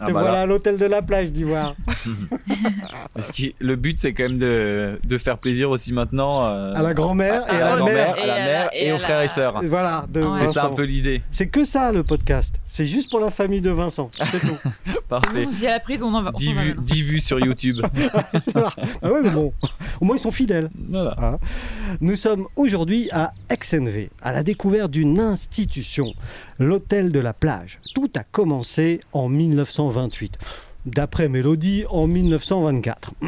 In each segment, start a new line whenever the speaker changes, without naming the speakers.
Ah,
Te
bah
voilà
là.
à l'hôtel de la plage d'Ivoire.
Parce que le but, c'est quand même de, de faire plaisir aussi maintenant euh,
à la grand-mère et à, la mère.
grand-mère, à la
Et à
mère
la-
et,
et
aux
à la-
frères et sœurs.
Et Voilà, de
Ouais.
C'est
Vincent.
ça un peu l'idée.
C'est que ça le podcast. C'est juste pour la famille de Vincent. C'est tout.
Parfait.
Si à la prise, on en va. on
10
s'en va
vues,
maintenant.
10 vues sur YouTube.
C'est rare. ah ouais, mais bon. Au moins, ils sont fidèles.
Voilà.
Nous sommes aujourd'hui à XNV, à la découverte d'une institution, l'hôtel de la plage. Tout a commencé en 1928. D'après Mélodie, en 1924.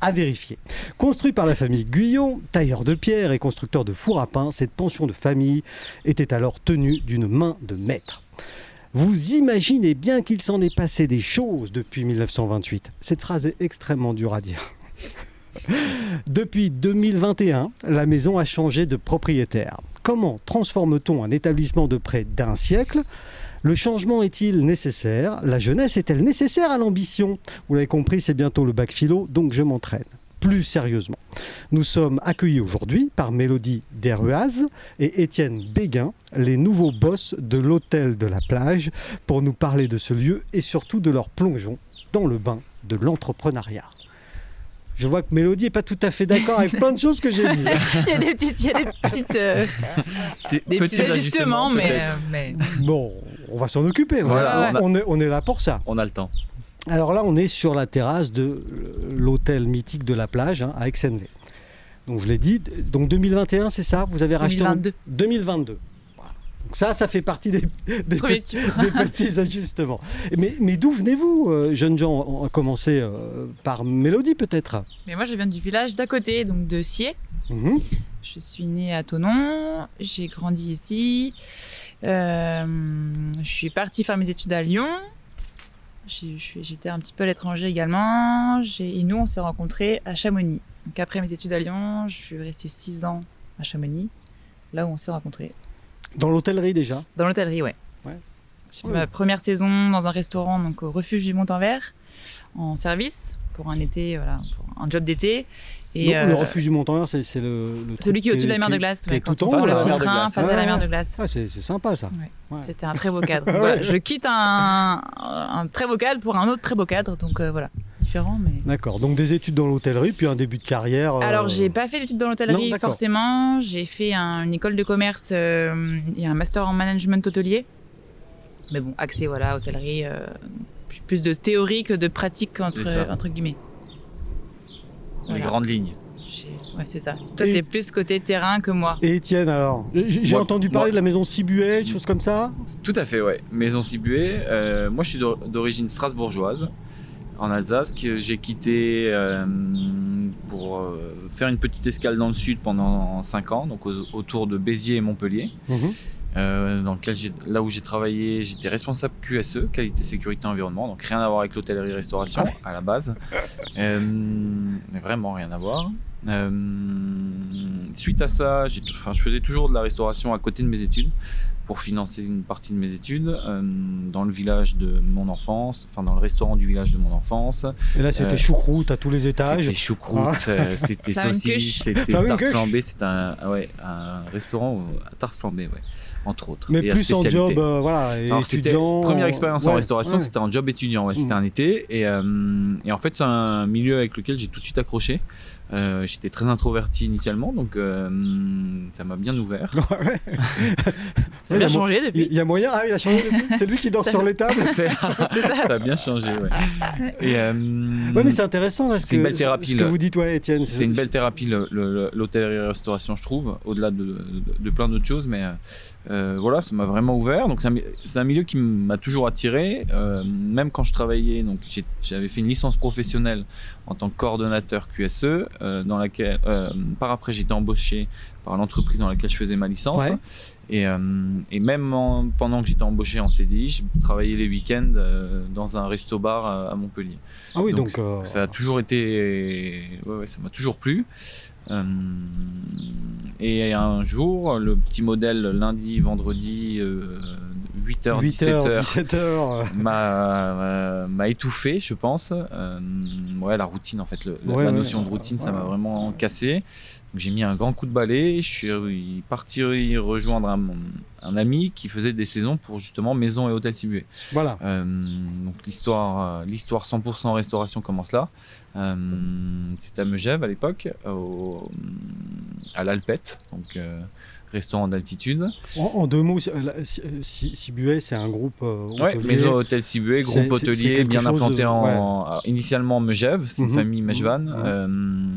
À vérifier. Construit par la famille Guyon, tailleur de pierre et constructeur de four à pain, cette pension de famille était alors tenue d'une main de maître. Vous imaginez bien qu'il s'en est passé des choses depuis 1928. Cette phrase est extrêmement dure à dire. Depuis 2021, la maison a changé de propriétaire. Comment transforme-t-on un établissement de près d'un siècle le changement est-il nécessaire La jeunesse est-elle nécessaire à l'ambition Vous l'avez compris, c'est bientôt le bac philo, donc je m'entraîne. Plus sérieusement, nous sommes accueillis aujourd'hui par Mélodie Deruaz et Étienne Béguin, les nouveaux boss de l'hôtel de la plage, pour nous parler de ce lieu et surtout de leur plongeon dans le bain de l'entrepreneuriat. Je vois que Mélodie n'est pas tout à fait d'accord avec plein de choses que j'ai dit.
Il y a des petites. Il y a des petites. euh,
Petit-
des
petits
petits ajustements, mais, euh,
peut-être.
mais.
Bon, on va s'en occuper. voilà.
Voilà,
on, est, on est là pour
euh,
ça.
On a le temps.
Alors là, on est sur la terrasse de l'hôtel mythique de la plage hein, à Exenve. Donc je l'ai dit, donc 2021, c'est ça Vous avez racheté en
2022.
2022. Voilà. Donc ça, ça fait partie des, des
Premier
petits-
tu-
des petits ajustements. Mais, mais d'où venez-vous, euh, jeunes gens On va commencer euh, par Mélodie peut-être.
Mais moi, je viens du village d'à côté, donc de Sier.
Mhm.
Je suis née à Tonon, j'ai grandi ici. Euh, je suis partie faire mes études à Lyon. J'ai- je suis- J'étais un petit peu à l'étranger également. J'ai- Et nous, on s'est rencontrés à Chamonix. Donc après mes études à Lyon, je suis restée six ans à Chamonix, là où on s'est rencontrés.
Dans l'hôtellerie déjà.
Dans l'hôtellerie, ouais.
Ouais.
J'ai fait
Ouais.
ma première saison dans un restaurant, donc au refuge du Mont-en-Vert, en service, pour un été, voilà, pour un job d'été. Et
Donc,
euh,
Le refuge du Mont-en-Vert, c'est c'est le, le
celui
truc
qui est au-dessus de la mer de
qui-
glace,
qui
ouais,
est
quand
tout en
on
haut,
prend
face
le
à
petit
la mer de
train
glace.
face à la
Ouais.
mer de glace.
Ah, c'est c'est sympa ça. Ouais. Ah
C'était un très beau cadre. Donc, voilà, je quitte un, un très beau cadre pour un autre très beau cadre, donc euh, voilà, différent. Mais...
D'accord. Donc des études dans l'hôtellerie, puis un début de carrière. euh,
Alors, j'ai pas fait d'études dans
Non,
l'hôtellerie
d'accord.
forcément. J'ai fait un- une école de commerce euh, et un master en management hôtelier. Mais bon, axé, voilà, hôtellerie, euh, plus de théorie que de pratique, entre,
C'est ça.
entre guillemets.
Les
Voilà.
grandes lignes.
J'ai- Ouais, c'est ça. Toi,
Et-
t'es plus côté terrain que moi.
Et Étienne alors Euh, J'ai j'ai
Moi-
entendu
moi-
parler de la maison Cibuet, des choses comme ça.
Tout à fait, ouais. Maison Cibuée. euh, moi, je suis d'or- d'origine strasbourgeoise, en Alsace, que j'ai quitté euh, pour euh, faire une petite escale dans le sud pendant 5 ans, donc au- autour de Béziers et Montpellier,
Mhm.
euh, dans lequel j'ai- là où j'ai travaillé, j'étais responsable QSE, qualité, sécurité, environnement, donc rien à voir avec l'hôtellerie-restauration
Ah
à la base. Euh, vraiment rien à voir. Euh, suite à ça, j'ai tou- enfin, je faisais toujours de la restauration à côté de mes études pour financer une partie de mes études euh, dans le village de mon enfance, enfin dans le restaurant du village de mon enfance.
Et là, c'était
Euh,
choucroute à tous les étages.
C'était choucroute, euh, c'était
Faire une
saucisse,
queue.
c'était
Faire une
tarte
queue.
flambée, c'était un, ah ouais, un restaurant où- à tarte flambée, ouais, entre autres.
Mais
et à
plus en
spécialité.
job, euh, voilà, et
Alors, c'était
étudiant.
Première expérience en
Ouais,
restauration,
ouais.
c'était en job étudiant. ouais, C'était
Mhm.
un été. Et, euh, et en fait, c'est un milieu avec lequel j'ai tout de suite accroché. Euh, J'étais très introverti initialement, donc euh, ça m'a bien ouvert.
Ouais.
Ça
Ouais, la
a bien
mo-
changé depuis.
Il y a moyen. Ah, il a changé. de- C'est lui qui dort sur les tables.
C'est- ça a bien changé, ouais. Et, euh,
Ouais, mais c'est intéressant là, ce
C'est une
que-
belle thérapie,
Ce que
là.
vous dites, ouais, Étienne.
c'est une belle thérapie, le- le- le- l'hôtellerie-restauration, je trouve, au-delà de, de- de plein d'autres choses. Mais euh, euh, voilà, ça m'a vraiment ouvert. Donc, c'est un mi- c'est un, milieu qui m'a toujours attiré. euh, même quand je travaillais, donc j'ai- j'avais fait une licence professionnelle en tant que coordonnateur QSE, euh, dans laquelle, euh, par après, j'étais embauché par l'entreprise dans laquelle je faisais ma licence.
Ouais.
Et, euh, et même en- pendant que j'étais embauché en CDI, je travaillais les week-ends euh, dans un resto-bar à- à Montpellier.
Ah oui, donc.
donc,
euh,
Ça a toujours été. ouais, ouais, ça m'a toujours plu. Euh, euh, Et un jour, le petit modèle lundi, vendredi, 8h,
8h,
17h
17h. euh,
m'a euh, m'a étouffé, je pense. Euh, ouais, la routine en fait, le- la-
Ouais,
la
ouais.
notion de routine, ça m'a
Ouais.
vraiment cassé. Donc, j'ai mis un grand coup de balai. Je suis parti rejoindre un, un ami qui faisait des saisons pour justement maison et hôtel Sibué.
Voilà.
Euh, donc l'histoire, euh, l'histoire 100% restauration commence là. Euh, c'était à Megève à l'époque, au- à l'Alpette, donc euh, restaurant d'altitude.
En, en deux mots, si- euh, la- si- euh, si- Sibuet, c'est un groupe euh,
Ouais,
hôtelier.
maison hôtel Sibué,
C'est-
groupe
c'est- c'est
hôtelier,
quelque
bien
chose,
implanté
euh,
en,
ouais.
alors, initialement Megève, c'est une
Mhm,
famille mejevane,
mhm.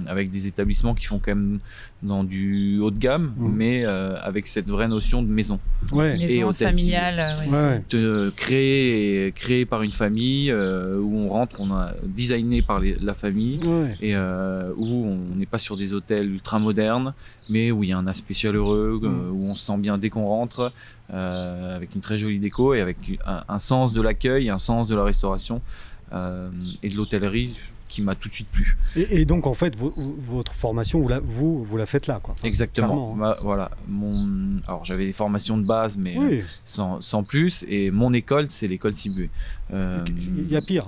euh, avec des établissements qui font quand même dans du haut de gamme,
Mhm.
mais euh, avec cette vraie notion de maison.
Ouais.
Et
Maison
hôtel,
familiale. euh, ouais,
Ouais,
c'est-
ouais.
de- créé, créé par une famille euh, où on rentre, on a designé par les- la famille
Ouais.
et euh, où on n'est pas sur des hôtels ultra modernes, mais où il y a un aspect chaleureux, euh,
Mm.
où on se sent bien dès qu'on rentre, euh, avec une très jolie déco et avec un, un sens de l'accueil, un sens de la restauration euh, et de l'hôtellerie qui m'a tout de suite plu.
Et, et donc, en fait, vo- vo- votre formation, vous la, vous, vous la faites là. Quoi. Enfin,
Exactement.
clairement, hein.
Ma- voilà. Mon, alors j'avais des formations de base, mais euh,
Oui,
sans, sans plus. Et mon école, c'est l'école Sibué. Euh,
il y a pire.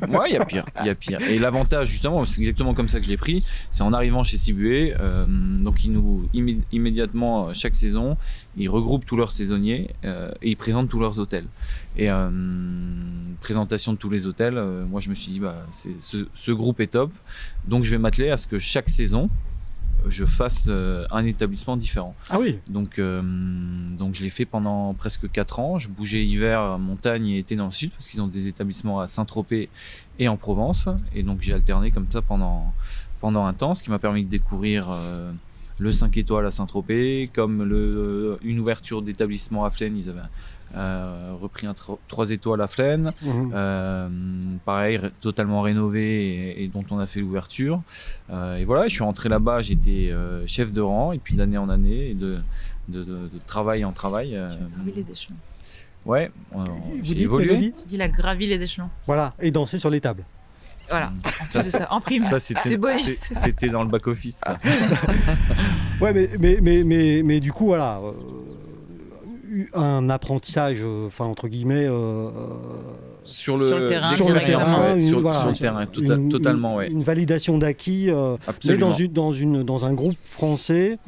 Ouais, il y a pire, il y a pire. Et l'avantage, justement, c'est exactement comme ça que je l'ai pris, c'est en arrivant chez Sibué, euh, donc ils nous, immé- immédiatement, euh, chaque saison, ils regroupent tous leurs saisonniers euh, et ils présentent tous leurs hôtels. Et euh, présentation de tous les hôtels, euh, moi je me suis dit, bah, c'est- ce, ce groupe est top, donc je vais m'atteler à ce que chaque saison, je fasse euh, un établissement différent.
Ah oui,
Donc, euh, donc je l'ai fait pendant presque 4 ans. Je bougeais hiver, montagne et été dans le sud parce qu'ils ont des établissements à Saint-Tropez et en Provence. Et donc j'ai alterné comme ça pendant, pendant un temps, ce qui m'a permis de découvrir euh, le 5 étoiles à Saint-Tropez, comme le, euh, une ouverture d'établissement à Flaine. Ils avaient euh, repris un 3 étoiles à Flaine.
Mhm.
Euh, pareil, ré- totalement rénové et, et dont on a fait l'ouverture. Euh, et voilà, je suis rentré là-bas, j'étais euh, chef de rang, et puis d'année en année, et de, de, de- de travail en travail. euh,
J'ai gravi les échelons.
ouais, on-
vous
j'ai
dites,
évolué.
Mélodie
Je dis, il a gravi les échelons.
Voilà, et danser sur les tables.
Voilà.
Mm.
En plus de ça, en prime.
Ça, c'était,
Ah, C'est bonus.
c'est- c'était dans le back-office. ça.
Ouais, mais, mais, mais, mais, mais du coup, voilà. euh, eu un apprentissage, euh, enfin, entre guillemets, euh,
Sur
Sur le terrain,
sur le
d'expérience,
terrain.
ouais,
une-
sur,
voilà,
sur le terrain, tota-
une-
totalement, ouais.
Une validation d'acquis. euh, Mais
Absolument.
dans, une, dans, une, dans un groupe français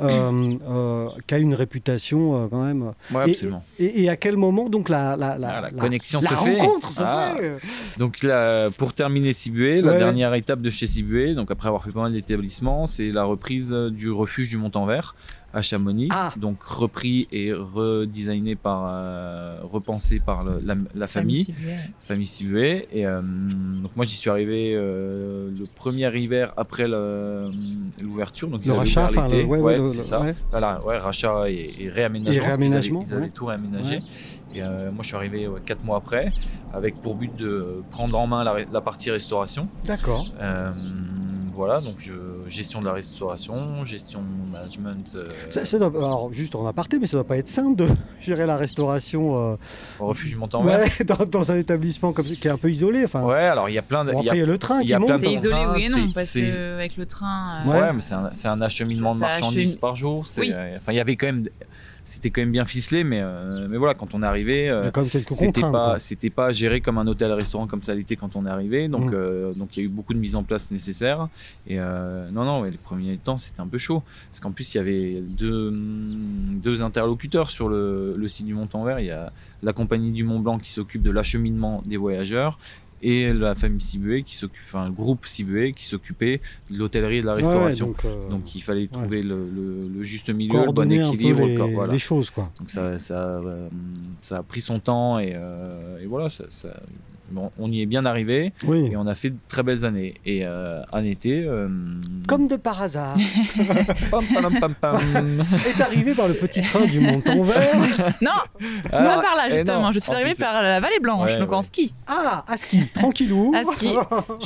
euh, euh, qui a une réputation euh, quand même.
Ouais,
et-
absolument.
Et, et à quel moment donc la, la, la,
Ah, la
la-
connexion
la
se fait.
rencontre se
Ah.
fait
Donc là, pour terminer Sibué, la
Ouais.
dernière étape de chez Sibué, donc après avoir fait pas mal d'établissements, c'est la reprise euh, du refuge du Mont-en-Vert à Chamonix.
Ah.
Donc repris et redesigné par, euh, repensé par le- la, la famille,
ciblée, ouais.
famille Sibué. Et euh, donc moi j'y suis arrivé euh, le premier hiver après le- l'ouverture, donc ils
Le
avaient
rachat,
ouvert
enfin, le,
l'été.
ouais, ouais,
Ouais,
le-
c'est
le-
ça.
ouais.
Voilà, ouais, rachat et, et réaménagement.
Et
parce qu'ils avaient-
réaménagement,
Ils avaient,
ouais.
tout réaménagé. Et euh, moi, je suis arrivé 4 mois après, avec pour but de prendre en main la, ré- la partie restauration.
D'accord.
Euh, voilà, donc je- gestion de la restauration, gestion management, euh,
Ça, ça doit- alors juste en aparté, mais ça doit pas être simple de gérer la restauration euh,
au refuge du montant
ouais, dans, dans un établissement comme ça, qui est un peu isolé. Enfin,
Ouais, alors il y a plein de.
bon,
il y a-
après il y a le train
il y
qui
a
monte.
plein de
C'est isolé, oui et non,
C'est-
parce
c'est-
que avec le train. euh,
Ouais,
Ouais.
mais c'est un, c'est un acheminement
Ça-
de
ça
marchandises
achemine-
par jour. c'est-
Oui.
euh, Enfin, il y avait quand même. C'était quand même bien ficelé, mais, euh, mais voilà, quand on est arrivé.
Il
euh,
y a quand même quelques
C'était
contraintes. quoi.
pas, c'était pas géré comme un hôtel-restaurant comme ça l'était quand on est arrivé. Donc,
Mm.
euh, donc il y a eu beaucoup de mise en place nécessaire. Et euh, non, non, ouais, les premiers temps, c'était un peu chaud. Parce qu'en plus, il y avait deux, hum, deux interlocuteurs sur le, le site du Mont-en-Vert. Il y a la compagnie du Mont-Blanc qui s'occupe de l'acheminement des voyageurs et la famille Sibué qui s'occupe, enfin, le groupe Sibué qui s'occupait de l'hôtellerie et de la
Ouais,
restauration.
donc, euh,
donc, il fallait trouver le, le- le juste milieu, le bon
coordonner un peu
équilibre.
les,
quoi, voilà.
les choses quoi.
Donc ça, ça, euh, ça a pris son temps et, euh, et voilà, ça, ça- bon, on y est bien arrivé
Oui.
et on a fait de très belles années. Et euh, un été, euh,
Comme de par hasard,
pam, pam, pam, pam.
est arrivé par le petit train du Mont-en-Vert.
Non,
Alors,
non, par là
eh
justement.
non,
je suis
en
arrivée
plus,
par la vallée blanche,
Ouais,
donc
ouais.
en ski.
Ah, à ski, tranquillou.
À ski.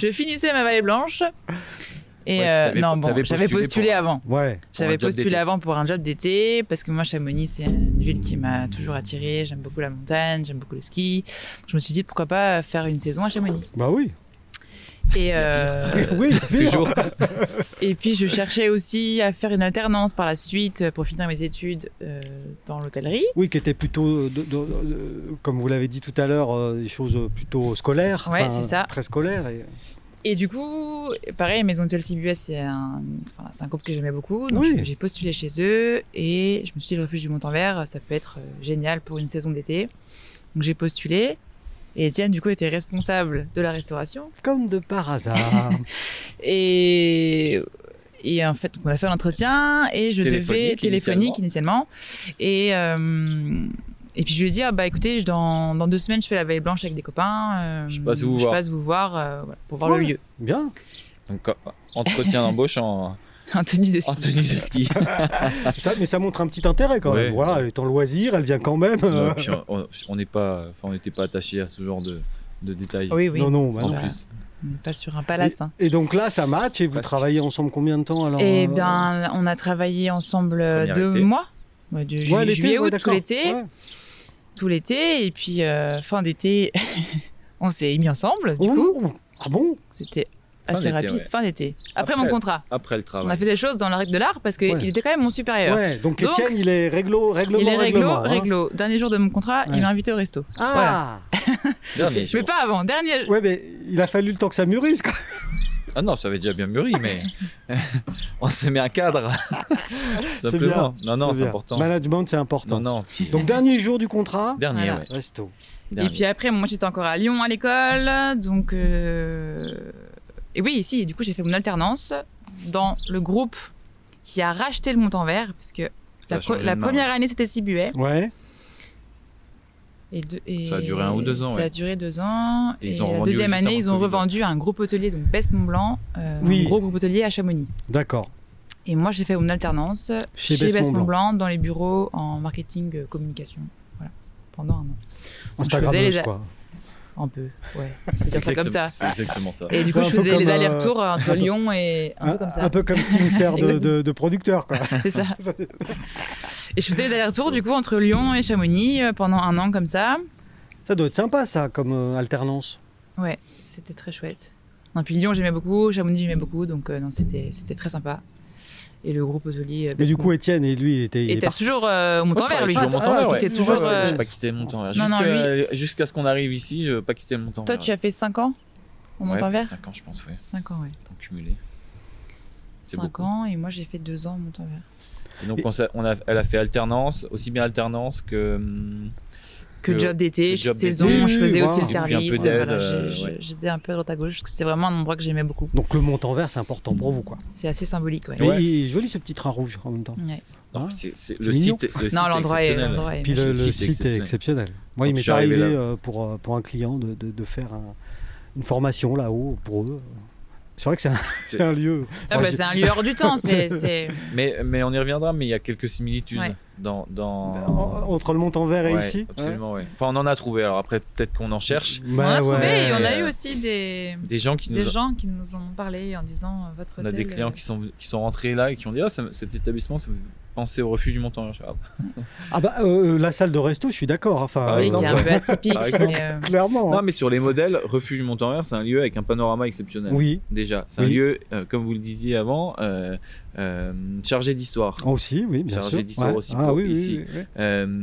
Je finissais ma vallée blanche. Et
Ouais,
euh,
t'avais-
non, bon,
t'avais
j'avais
postulé
postulé
pour-
avant.
Ouais.
Pour un
J'avais
job
postulé
d'été.
avant pour un job d'été parce que moi, Chamonix, c'est une ville qui m'a toujours attirée. J'aime beaucoup la montagne, j'aime beaucoup le ski. Je me suis dit pourquoi pas faire une saison à Chamonix.
Bah oui.
Et, euh,
oui,
Toujours.
et puis, je cherchais aussi à faire une alternance par la suite pour finir mes études euh, dans l'hôtellerie.
Oui, qui était plutôt, euh, de- de- de- comme vous l'avez dit tout à l'heure, euh, des choses plutôt scolaires.
Ouais,
enfin,
c'est ça.
Très scolaires. Et...
Et du coup, pareil, Maison Hôtel Cibuès, c'est un, enfin, c'est un couple que j'aimais beaucoup. Donc
Oui.
j'ai- j'ai postulé chez eux et je me suis dit, le refuge du Mont-en-Vert, ça peut être euh, génial pour une saison d'été. Donc j'ai postulé. Et Étienne, du coup, était responsable de la restauration.
Comme de par hasard.
Et, et en fait, donc, on a fait un entretien et je devais
Téléphonique,
téléphonique initialement. Et, euh, et puis je lui ai dit, ah, bah écoutez, je- dans, dans deux semaines, je fais la veille blanche avec des copains. euh,
Je passe vous voir.
passe vous voir euh, voilà, pour voir
Ouais.
le lieu.
Bien.
Donc, euh, entretien d'embauche en,
En tenue de ski.
en tenue de ski.
Ça, mais ça montre un petit intérêt quand même.
Ouais.
Voilà, elle est en loisir, elle vient quand même. Euh,
Non, puis on- on- on n'est pas, enfin, on n'était pas attaché à ce genre de, de détails.
Oui, oui.
Non, non, bah
En
non.
plus,
On n'est pas sur un palace. hein.
Et donc là, ça match et vous
Parce que-
travaillez ensemble combien de temps alors
Eh
euh,
bien, on a travaillé ensemble euh,
Premier
deux
été.
mois. Ouais, De ju-
ouais, l'été,
juillet,
ouais,
août, tout
d'accord.
l'été.
Ouais.
Tout l'été. Et puis, euh, fin d'été, on s'est mis ensemble. Du
Oh,
coup,
oh, Ah bon
c'était
Fin
assez
d'été,
rapide.
ouais.
Fin d'été. Après,
Après,
mon contrat.
après le
On a
travail.
fait des choses dans la règle de l'art parce qu'il
Ouais.
était quand même mon supérieur.
Ouais, donc
Donc,
Étienne, il est réglo, règlement,
Il est réglo,
règlement, hein.
réglo. Dernier jour de mon contrat,
Ouais.
il m'a invité au resto.
Ah
Dernier
Mais
jour.
pas avant, dernier jour.
Ouais, mais il a fallu le temps que ça mûrisse. quoi.
Ah non, ça avait déjà bien mûri, mais on se met un cadre. Simplement. Non, non, c'est
bien.
important.
Management, c'est important.
Non, non. puis-
Donc dernier jour du contrat,
Dernier,
Voilà.
ouais.
resto.
Dernier.
Et puis après, moi j'étais encore à Lyon à l'école, donc. euh, Et oui, si, du coup j'ai fait mon alternance dans le groupe qui a racheté le Mont-en-Vert, parce que
Ça
la,
a changé
pre- la
de main,
première
ouais.
année c'était Sibuet.
Ouais.
Et de- et-
Ça a duré un ou deux ans,
Ça a
ouais.
duré deux ans.
Et
Et,
ils ont
la
revendu
deuxième
juste
année,
avant
ils
le
ont
Covid. hein.
revendu un groupe hôtelier, donc Best Mont Blanc, euh,
Oui.
un gros groupe hôtelier à Chamonix.
D'accord.
Et moi j'ai fait mon alternance
Chez
chez,
Best
Best,
Mont
Mont Blanc, dans les bureaux en marketing euh, communication. Voilà, pendant un an.
Instagrammeuse,
les a-
quoi.
Un peu, ouais. C'est dire ça
Exactement-
comme ça.
C'est exactement ça.
Et du coup,
Un
je
peu
faisais
comme,
les
euh, Hein
allers-retours entre Lyon et un, peu comme ça.
ce qui me sert de, de- de producteur, quoi.
C'est ça. Et je faisais les allers-retours du coup entre Lyon et Chamonix euh, pendant un an comme ça.
Ça doit être sympa, ça, comme euh, alternance.
Ouais, c'était très chouette. Non, puis Lyon j'aimais beaucoup, Chamonix j'aimais beaucoup, donc euh, non c'était c'était très sympa. Et le groupe hôtelier. euh,
Mais du
Bescon.
coup, Étienne et lui, il était. il
et
est
t'as
parti.
toujours euh, au montant
Moi, je
vert lui.
travaille toujours au Mont-en-Vert,
Ah,
ouais.
ok,
T'es toujours,
ouais, ouais.
euh,
Je n'ai pas quitté mon temps.
Non, non,
Jusqu'à jusqu'à ce qu'on arrive ici, je n'ai pas quitté mon temps.
Toi tu as fait 5 ans au montant vert
5 ans, je pense, oui.
5 ans, ouais.
En cumulé. C'est
5
beaucoup.
ans et moi j'ai fait 2 ans au montant vert.
Et donc, on s'est- on a, elle a fait alternance, aussi bien alternance que. hum,
que
que-
job d'été,
que job
saison,
d'été. Oui,
je faisais
oui,
aussi
voilà.
le
Et
puis un peu
service.
d'aide,
voilà,
euh,
j'ai- j'ai-
ouais.
J'aidais un peu à droite à gauche parce que c'est vraiment un endroit que j'aimais beaucoup.
Donc le montant vert, c'est important pour vous, quoi.
C'est assez symbolique, ouais.
Mais
Ouais.
il est joli ce petit train rouge en même temps.
Ouais.
non,
Hein
c'est- c'est-
C'est
le
mignon.
site est- le site
Non,
est
l'endroit est,
exceptionnel.
l'endroit est-
Puis le,
Le
le
site est
site est
exceptionnel.
exceptionnel. Moi,
Quand
il
je
m'est
suis arrivé
arrivé
là-
euh, pour, euh, pour un client de, de- de faire un- une formation là-haut pour eux. C'est vrai que c'est un, c'est un lieu.
Ah
Enfin,
bah,
j'ai-
c'est un lieu hors du temps. C'est, c'est-
Mais, mais on y reviendra, mais il y a quelques similitudes
Ouais.
dans. dans...
en- Entre le montant vert
Ouais,
et Bah, ici
Absolument, ouais. Enfin, on en a trouvé, alors après, peut-être qu'on en cherche.
Ouais,
on a trouvé
ouais.
et on a
Bah, ouais.
eu aussi des,
Des gens qui
des
nous.
gens qui nous en ont parlé en disant euh, votre
On a des
hôtel,
clients
euh,
qui sont, qui sont rentrés là et qui ont dit Ah, ça me- cet établissement, ça me fait penser au refuge du montant.
Ah bah euh, la salle de resto, je suis d'accord. Enfin,
Par
euh,
oui, qui est
exemple.
un peu atypique.
Par exemple.
mais, euh,
clairement.
Non,
hein.
mais sur les modèles, Refuge Montant-Vert, c'est un lieu avec un panorama exceptionnel.
Oui,
Déjà, c'est un
Oui.
lieu, euh, comme vous le disiez avant, euh, euh, chargé d'histoire.
aussi, oui, bien
Chargé
sûr.
d'histoire aussi
Ah
pour
oui, oui,
ici.
oui, oui.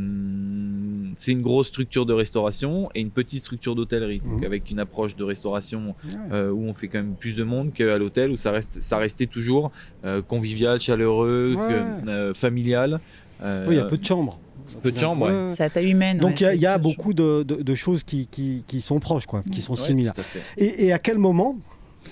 Euh, c'est une grosse structure de restauration et une petite structure d'hôtellerie, donc
Mhm.
avec une approche de restauration
Ah Ouais.
euh, où on fait quand même plus de monde qu'à l'hôtel, où ça, reste, ça restait toujours euh, convivial, chaleureux,
Ouais.
que- euh, familial. Euh,
Oui, il y a peu de chambres.
peu de chambres, ouais.
c'est à taille humaine.
Donc
ouais,
il y a-
c'est
il y a,
quelque chose.
beaucoup de, de- de choses qui, qui- qui sont proches, quoi,
Mm.
qui sont
ouais,
similaires.
tout à fait.
Et, et à quel moment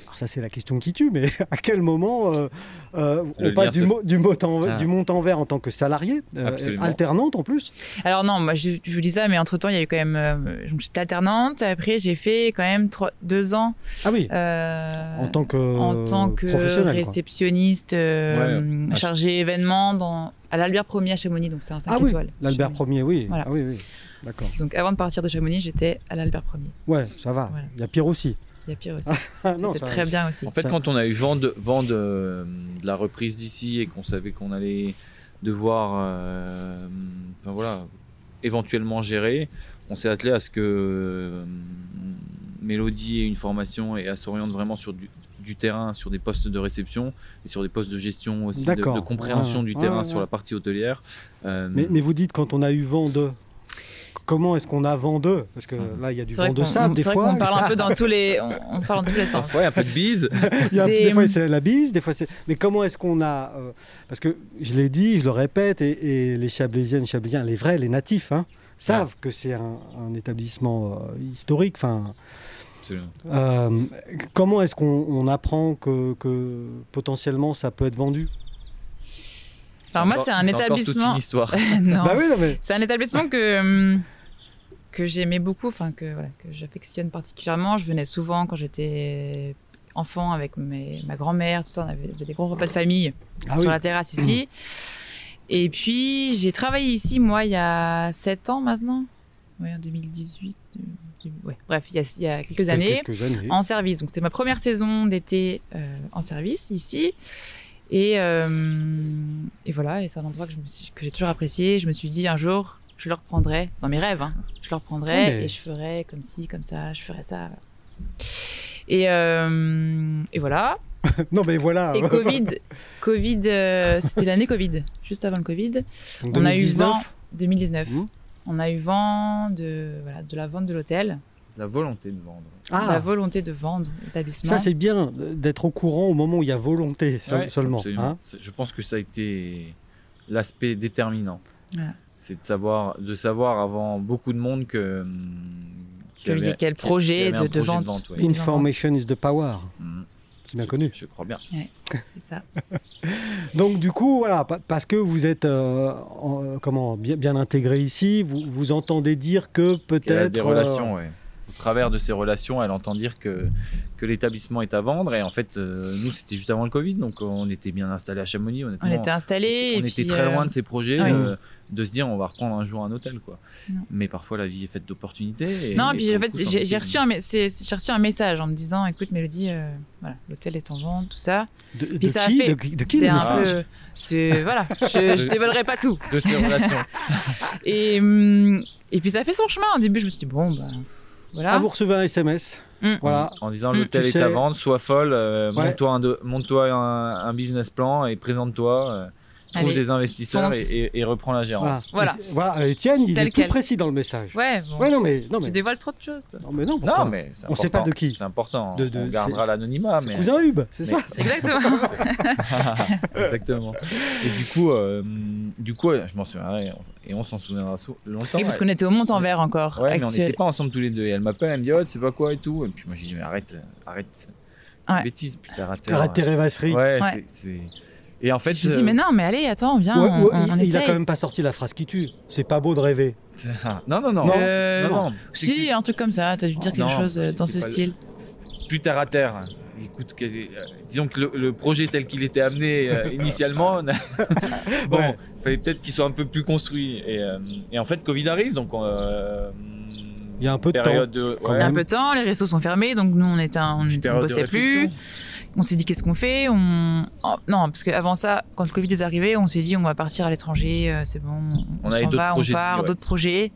alors ça c'est la question qui tue, mais à quel moment euh, euh,
Le
on passe
lien
du,
se-
mot- du, mot en,
Ah.
du montant vert en tant que salarié, euh,
Absolument.
alternante en plus
Alors non, moi, je, je vous dis ça, mais entre temps, il y a eu quand même. euh, donc, j'étais alternante. Après, j'ai fait quand même trois, deux ans.
Ah oui,
euh,
en tant que,
en tant que
professionnel. quoi.
réceptionniste euh,
Ouais.
chargé événement dans, à l'Albert 1er à Chamonix, donc c'est un 5
Ah oui,
étoiles.
l'Albert
Chamonix.
1er, oui.
Voilà.
Ah oui, oui. D'accord.
Donc avant de partir de Chamonix, j'étais à l'Albert 1er.
Ouais, ça va.
Voilà.
Il y a pire aussi.
Il y a pire aussi.
Ah,
C'était
ça-
très bien aussi.
En fait,
Ça-
quand on a eu vent de, vent de, de la reprise d'ici et qu'on savait qu'on allait devoir euh, enfin, voilà, éventuellement gérer, on s'est attelé à ce que euh, Mélodie et une formation et elle s'oriente vraiment sur du, du terrain, sur des postes de réception et sur des postes de gestion aussi, de,
D'accord.
de compréhension
Ouais,
du
ouais,
terrain
ouais.
sur la partie hôtelière. Euh,
Mais, mais vous dites quand on a eu vent de. Comment est-ce qu'on a vent de Parce que
Mhm.
là, il y a du
Hmm. C'est
vent
vrai
de
qu'on
sable, des
c'est vrai
fois.
qu'on parle un peu dans tous les, on, on parle dans tous les sens.
Ouais, un peu de bise.
Il y a-
C'est- euh,
des fois, c'est la bise, des fois, c'est. Mais comment est-ce qu'on a. euh, Parce que je l'ai dit, je le répète, et, et les Chablaisiennes, Chablaisiens, les vrais, les natifs, hein, savent que c'est un, un établissement euh, historique. Enfin,
Absolument.
euh, comment est-ce qu'on on apprend que, que potentiellement ça peut être vendu
Alors moi,
encore-
c'est un
encore toute
établissement.
une histoire.
Non.
Bah oui, non, mais.
C'est un établissement que hum, que j'aimais beaucoup, enfin que voilà, que j'affectionne particulièrement. Je venais souvent quand j'étais enfant avec mes, ma grand-mère, tout ça. On avait, on faisait des gros repas de famille
Ah
sur
oui.
la terrasse ici. Et puis j'ai travaillé ici moi il y a 7 ans maintenant, ouais en 2018, euh, ouais, bref il y a, il y a quelques années
Quelques années.
en service. Donc c'était ma première saison d'été euh, en service ici. Et, euh, et voilà, et c'est un endroit que je me suis- que j'ai toujours apprécié. Je me suis dit un jour, je le reprendrai dans mes rêves. hein. je le reprendrai
Ouais, mais-
et je ferai comme ci, comme ça, je ferai ça. Et, euh, et voilà.
Non, mais voilà.
Et Covid, Covid euh, c'était l'année Covid, juste avant le Covid,
Donc,
on a eu
2019,
vent. 2019.
Mhm.
On a eu vent de, voilà, de la vente de l'hôtel,
La volonté de vendre.
Ah,
la volonté de vendre l'établissement.
ça c'est bien d'être au courant au moment où il y a volonté seul-
Ouais,
seulement.
absolument.
hein.
C'est- je pense que ça a été l'aspect déterminant.
Voilà.
C'est de savoir, de savoir avant beaucoup de monde que hum, qu'il
Qu'il y a quel
qu'il-
projet
qu'il y avait un
de- de vente.
ouais.
Et-
Information is the power,
Hum,
c'est bien
je-
connu.
Je crois bien.
C'est ça.
Donc du coup, voilà, pa- parce que vous êtes euh, en- comment bien, bien intégré ici, vous, vous entendez dire
Qu'elle
que
a
peut-être
des
euh,
relations, ouais. Au travers de ces relations, elle entend dire que, que l'établissement est à vendre. Et en fait, euh, nous, c'était juste avant le Covid, donc on était bien installé à Chamonix.
On
Honnêtement,
était installés.
on
et
était
puis,
très
euh,
loin de ces projets,
ouais.
euh, de se dire on va reprendre un jour un hôtel, quoi.
Non.
Mais parfois, la vie est faite d'opportunités. et-
Non, puis
pour le
en fait,
coup, ça
j'ai
nous
j'ai
fait
reçu, un, mais- c'est- c'est- j'ai reçu un message en me disant écoute, Mélodie, euh, voilà, l'hôtel est en vente, tout ça.
euh, de, de
Puis ça a
qui,
fait-
de, qui- de qui
C'est
le
un
message
peu. c'est- Voilà, je, je dévoilerai pas tout.
de ces relations.
Et, hum, et puis ça a fait son chemin. Au début, je me suis dit bon, bah, voilà.
Ah, vous recevez un SMS,
Mm.
voilà.
En disant
Mm.
l'hôtel
Tu
est
sais-
à vendre, sois folle, euh,
Ouais.
monte-toi un, de- monte-toi un- un business plan et présente-toi, euh, trouve
Allez,
des investisseurs
fonce.
et, et- et reprends la
Voilà.
gérance.
Voilà.
Et- voilà, Étienne, il
Tel
est plus
quel.
précis dans le message.
Ouais, bon,
Ouais, non mais non
tu
mais
dévoiles trop de choses, toi.
non mais non,
Non,
pourquoi
mais c'est
On sait
important,
pas de qui.
C'est important.
De- de-
on gardera
c'est-
l'anonymat.
C'est
mais-
cousin Hub, c'est
mais-
ça
Exactement.
Exactement. Et du coup, euh, du coup, je m'en souviendrai on- et on s'en souviendra sou- longtemps.
Oui, parce
Et-
qu'on était au mont en vert encore.
Ouais, mais on
actuel.
n'était pas ensemble tous les deux. Et elle m'appelle, elle me dit, oh, c'est pas quoi et tout. Et puis moi, j'ai dit, mais arrête, arrête.
Ouais.
Bêtise, putain, raté.
Arrête tes rêvasseries.
Ouais,
Ouais.
c'est- c'est. Et en fait, euh,
Je me suis dit, mais non, mais allez, attends, viens,
euh, Ouais,
on,
ouais,
on,
il,
on
il a
essaye.
quand même pas sorti la phrase qui tue. C'est pas beau de rêver.
non, non, non.
Non.
Euh,
Non, non.
Si, un truc comme ça, t'as dû dire quelque
Non,
chose euh,
c'était
dans ce
pas le-
style.
plus terre à terre. Écoute, que- euh, disons que le, le projet tel qu'il était amené euh, initialement, on a- bon,
Ouais.
fallait peut-être qu'il soit un peu plus construit. Et, euh, et en fait, Covid arrive, donc euh,
Il y a un peu de
période de
quand
ouais,
même.
un peu de temps, les restos sont fermés, donc nous on était, un- on, on
période de
bossait plus.
réflexion.
On s'est dit qu'est-ce qu'on fait on... oh, Non, parce qu'avant ça, quand le Covid est arrivé, on s'est dit on va partir à l'étranger, euh, c'est bon, on,
On avait
s'en
d'autres
va, on
projets de vie,
part,
ouais.
d'autres projets.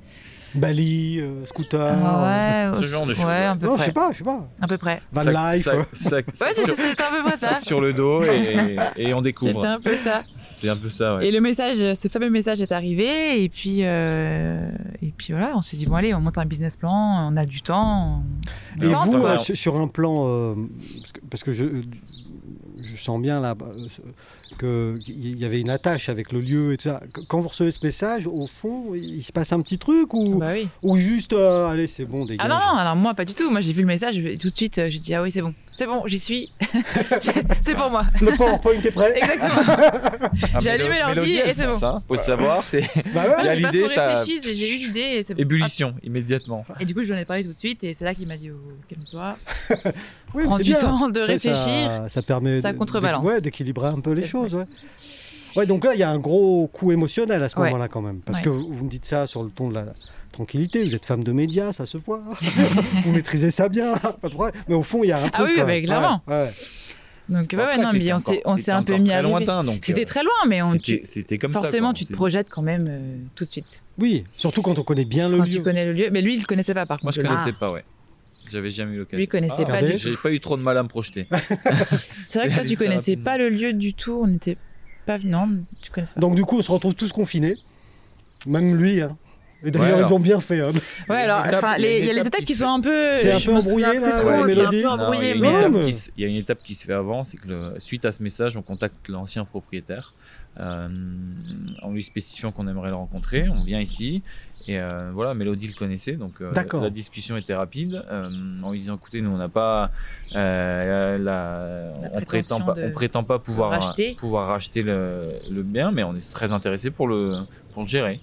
Bali, euh, scooter.
Ah ouais,
Ce genre de
ouais,
choses,
à
ouais.
peu
non, je
près.
sais pas, je sais pas.
À peu près.
Van
Sac-
life.
sac- sac-
Ouais,
sac
c'était
sur-
c'était à peu près ça.
sac sur le dos et, et on
C'était
découvre.
un peu ça.
C'est un peu ça, ouais.
Et le message, ce fameux message est arrivé, et puis, euh, et puis voilà, on s'est dit bon allez, on monte un business plan, on a du temps, on, on
Et
tente
vous,
quoi.
euh, sur sur un plan, euh, parce que, parce que je, je sens bien là euh, qu'il y avait une attache avec le lieu et tout ça. Qu- Quand vous recevez ce message, au fond, il se passe un petit truc ou,
Bah oui.
ou juste, euh, allez, c'est bon, dégage.
Ah non, non, alors moi pas du tout. Moi j'ai vu le message et tout de suite euh, j'ai dit ah oui c'est bon, c'est bon, j'y suis, c'est pour moi.
Le PowerPoint est prêt.
Exactement.
Ah,
j'ai
Mélo-
allumé l'ordi
Mélodie,
et
elle
c'est
sent
bon.
ça, Faut le savoir, c'est
Bah ouais.
Il y a
J'ai pas
l'idée,
trop
ça-
réfléchi, c'est- j'ai eu l'idée et c'est bon.
ébullition immédiatement.
Hop. Et du coup je lui en ai parlé tout de suite et c'est là qu'il m'a dit oh, calme-toi.
Oui,
Prends
c'est
du
bien.
temps de
Ça- ça- Ça,
réfléchir.
permet
Ça
de-
contrebalance.
d'équ- ouais, d'équilibrer un peu les
C'est
choses. Ouais. Ouais, donc là, il y a un gros coup émotionnel à ce
Ouais.
moment-là quand même. Parce
Ouais.
que vous vous me dites ça sur le ton de la tranquillité. Vous êtes femme de médias, ça se voit. vous maîtrisez ça bien. Pas de problème. Mais au fond, il y a un truc.
Ah oui,
quand
mais
même.
clairement.
Ouais, ouais.
Donc ouais, ouais
Après,
non mais
c'était
on s'est
encore-
on
c'était
s'est un peu
encore
mis à
très
rêver.
lointain, donc.
C'était
euh,
très loin mais on,
c'était-
tu-
C'était comme ça,
forcément
quoi.
tu te
C'est-
projettes quand même euh, tout de suite
Oui, surtout quand on connaît bien le
quand
lieu.
tu connais le lieu. Mais lui il le connaissait pas par
Moi,
contre.
je connaissais pas, ouais. J'avais jamais eu l'occasion.
Ah. Lui connaissait
Ah,
pas
regardez.
du Ah,
J'ai pas eu trop de mal à me projeter.
C'est vrai que toi,
C'est
tu connaissais
rapidement.
pas le lieu du tout. On n'était pas venus. Non, tu connaissais pas.
Donc du coup, on se retrouve tous confinés, même lui. hein. Et d'ailleurs,
Ouais,
ils ont bien fait. hein.
ouais,
Il
alors,
y a une
enfin,
étape-
les- il y a les étapes qui
se-
sont un peu.
C'est un
je
peu
me souviens
embrouillé,
plus
là,
trop,
ouais,
c'est un
Mélodie.
peu
Non,
Non, il, y
embrouillé,
a une
mais-
étape
Non, mais-
qui se- il y a une étape qui se fait avant, c'est que le- suite à ce message, on contacte l'ancien propriétaire euh, en lui spécifiant qu'on aimerait le rencontrer. On vient ici et euh, voilà, Mélodie le connaissait, donc euh,
D'accord.
la discussion était rapide. euh, en lui disant, écoutez, nous on n'a pas, euh, la-
La
on
prétention
prétend pas,
de
on prétend pas pouvoir
racheter.
pouvoir racheter le, le bien, mais on est très intéressé pour le pour le gérer.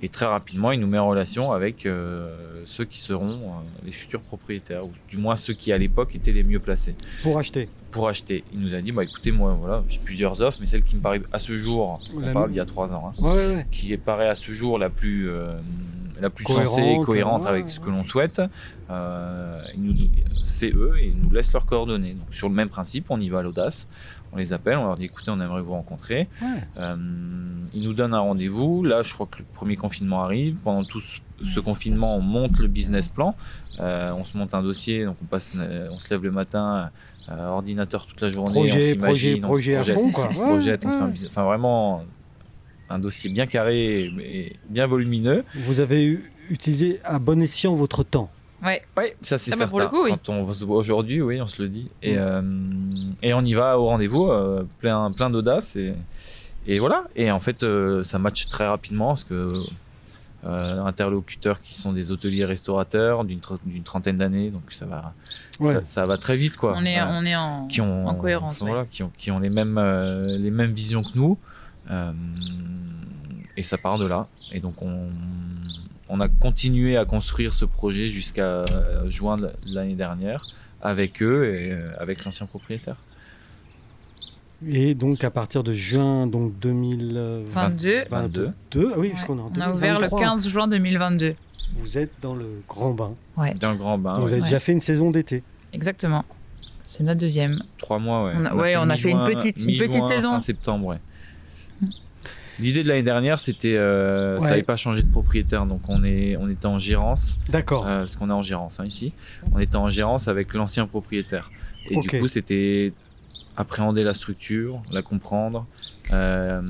Et très rapidement, il nous met en relation avec euh, ceux qui seront euh, les futurs propriétaires, ou du moins ceux qui à l'époque étaient les mieux placés
Pour acheter.
pour acheter. Il nous a dit, bah écoutez, moi voilà, j'ai plusieurs offres, mais celle qui me paraît à ce jour,
La
on parle
mieux.
il y a trois ans, hein,
Ouais, ouais, ouais.
qui est- paraît à ce jour la plus euh, la plus
Cohérente,
sensée et cohérente
ouais,
avec ce que l'on souhaite, euh, ils nous- c'est eux et ils nous laissent leurs coordonnées. Donc sur le même principe, on y va à l'audace, on les appelle, on leur dit, écoutez, on aimerait vous rencontrer.
Ouais.
Euh, ils nous donnent un rendez-vous. Là, je crois que le premier confinement arrive. Pendant tout ce, ce
Ouais, c'est
confinement, on monte le business plan. Euh, on se monte un dossier, donc on, passe, euh, on se lève le matin, euh, ordinateur toute la journée, on
Projet, projet,
s'imagine, on se
projet à
projette,
fond, quoi.
on se
Ouais,
projette, on se
ouais.
fait un business- Enfin, vraiment un dossier bien carré et bien volumineux.
Vous avez eu- utilisé à bon escient votre temps.
Oui, ça c'est
Ah bah,
certain.
pour le coup, oui.
Quand on se voit aujourd'hui, oui, on se le dit. Et,
Mm.
euh, et on y va au rendez-vous, euh, plein, plein d'audace. Et, et voilà. Et en fait, euh, ça match très rapidement parce que euh, interlocuteurs qui sont des hôteliers restaurateurs d'une tr- d'une trentaine d'années, donc ça va,
Ouais.
ça, ça va très vite quoi.
On est,
Euh,
on est en,
qui ont
en cohérence. ouais.
voilà, qui ont, qui ont les mêmes euh, les mêmes visions que nous Euh, et ça part de là et donc on on a continué à construire ce projet jusqu'à euh, juin de l'année dernière avec eux et euh, avec l'ancien propriétaire.
Et donc à partir de juin donc 2022.
22.
22.
Ah oui,
Ouais.
puisqu'on est en
On a ouvert le
2023.
15 juin 2022.
Vous êtes dans le grand bain.
Dans le grand bain,
vous
ouais.
avez
Ouais.
déjà fait une saison d'été.
Exactement. C'est notre deuxième.
trois mois, ouais.
On a- ouais, on a fait une
mi-juin-
petite- une petite
mi-juin,
saison. Mm.
Fin septembre, ouais. L'idée de l'année dernière, c'était, euh,
Ouais.
ça n'avait pas changé de propriétaire, donc on est, on était en gérance.
D'accord.
Euh, parce qu'on est en gérance hein, ici. On était en gérance avec l'ancien propriétaire. Et
Ok.
du coup, c'était appréhender la structure, la comprendre. euh,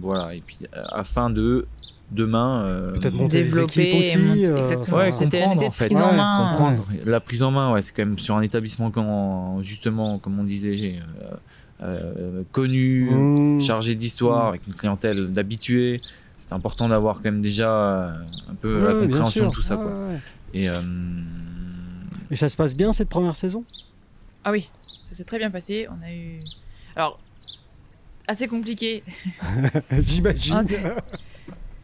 voilà. Et puis, euh, afin de demain. euh,
Peut-être monter les
Développer
équipes
et
aussi.
monter-
euh,
exactement.
Ouais,
enfin,
C'était une
comprendre,
idée
en
de
fait.
prise en
Ouais,
main.
comprendre la prise en main ouais c'est quand même sur un établissement quand justement comme on disait euh, euh, connu
hmm,
chargé d'histoire,
Mm.
avec une clientèle d'habitués. C'est important d'avoir quand même déjà euh, un peu
ouais,
la
bien
compréhension
sûr.
de tout ça.
Ouais,
Quoi.
ouais.
Et euh,
Et ça se passe bien cette première saison
Ah oui, ça s'est très bien passé. On a eu. Alors, assez compliqué.
J'imagine.
Ah, c'est-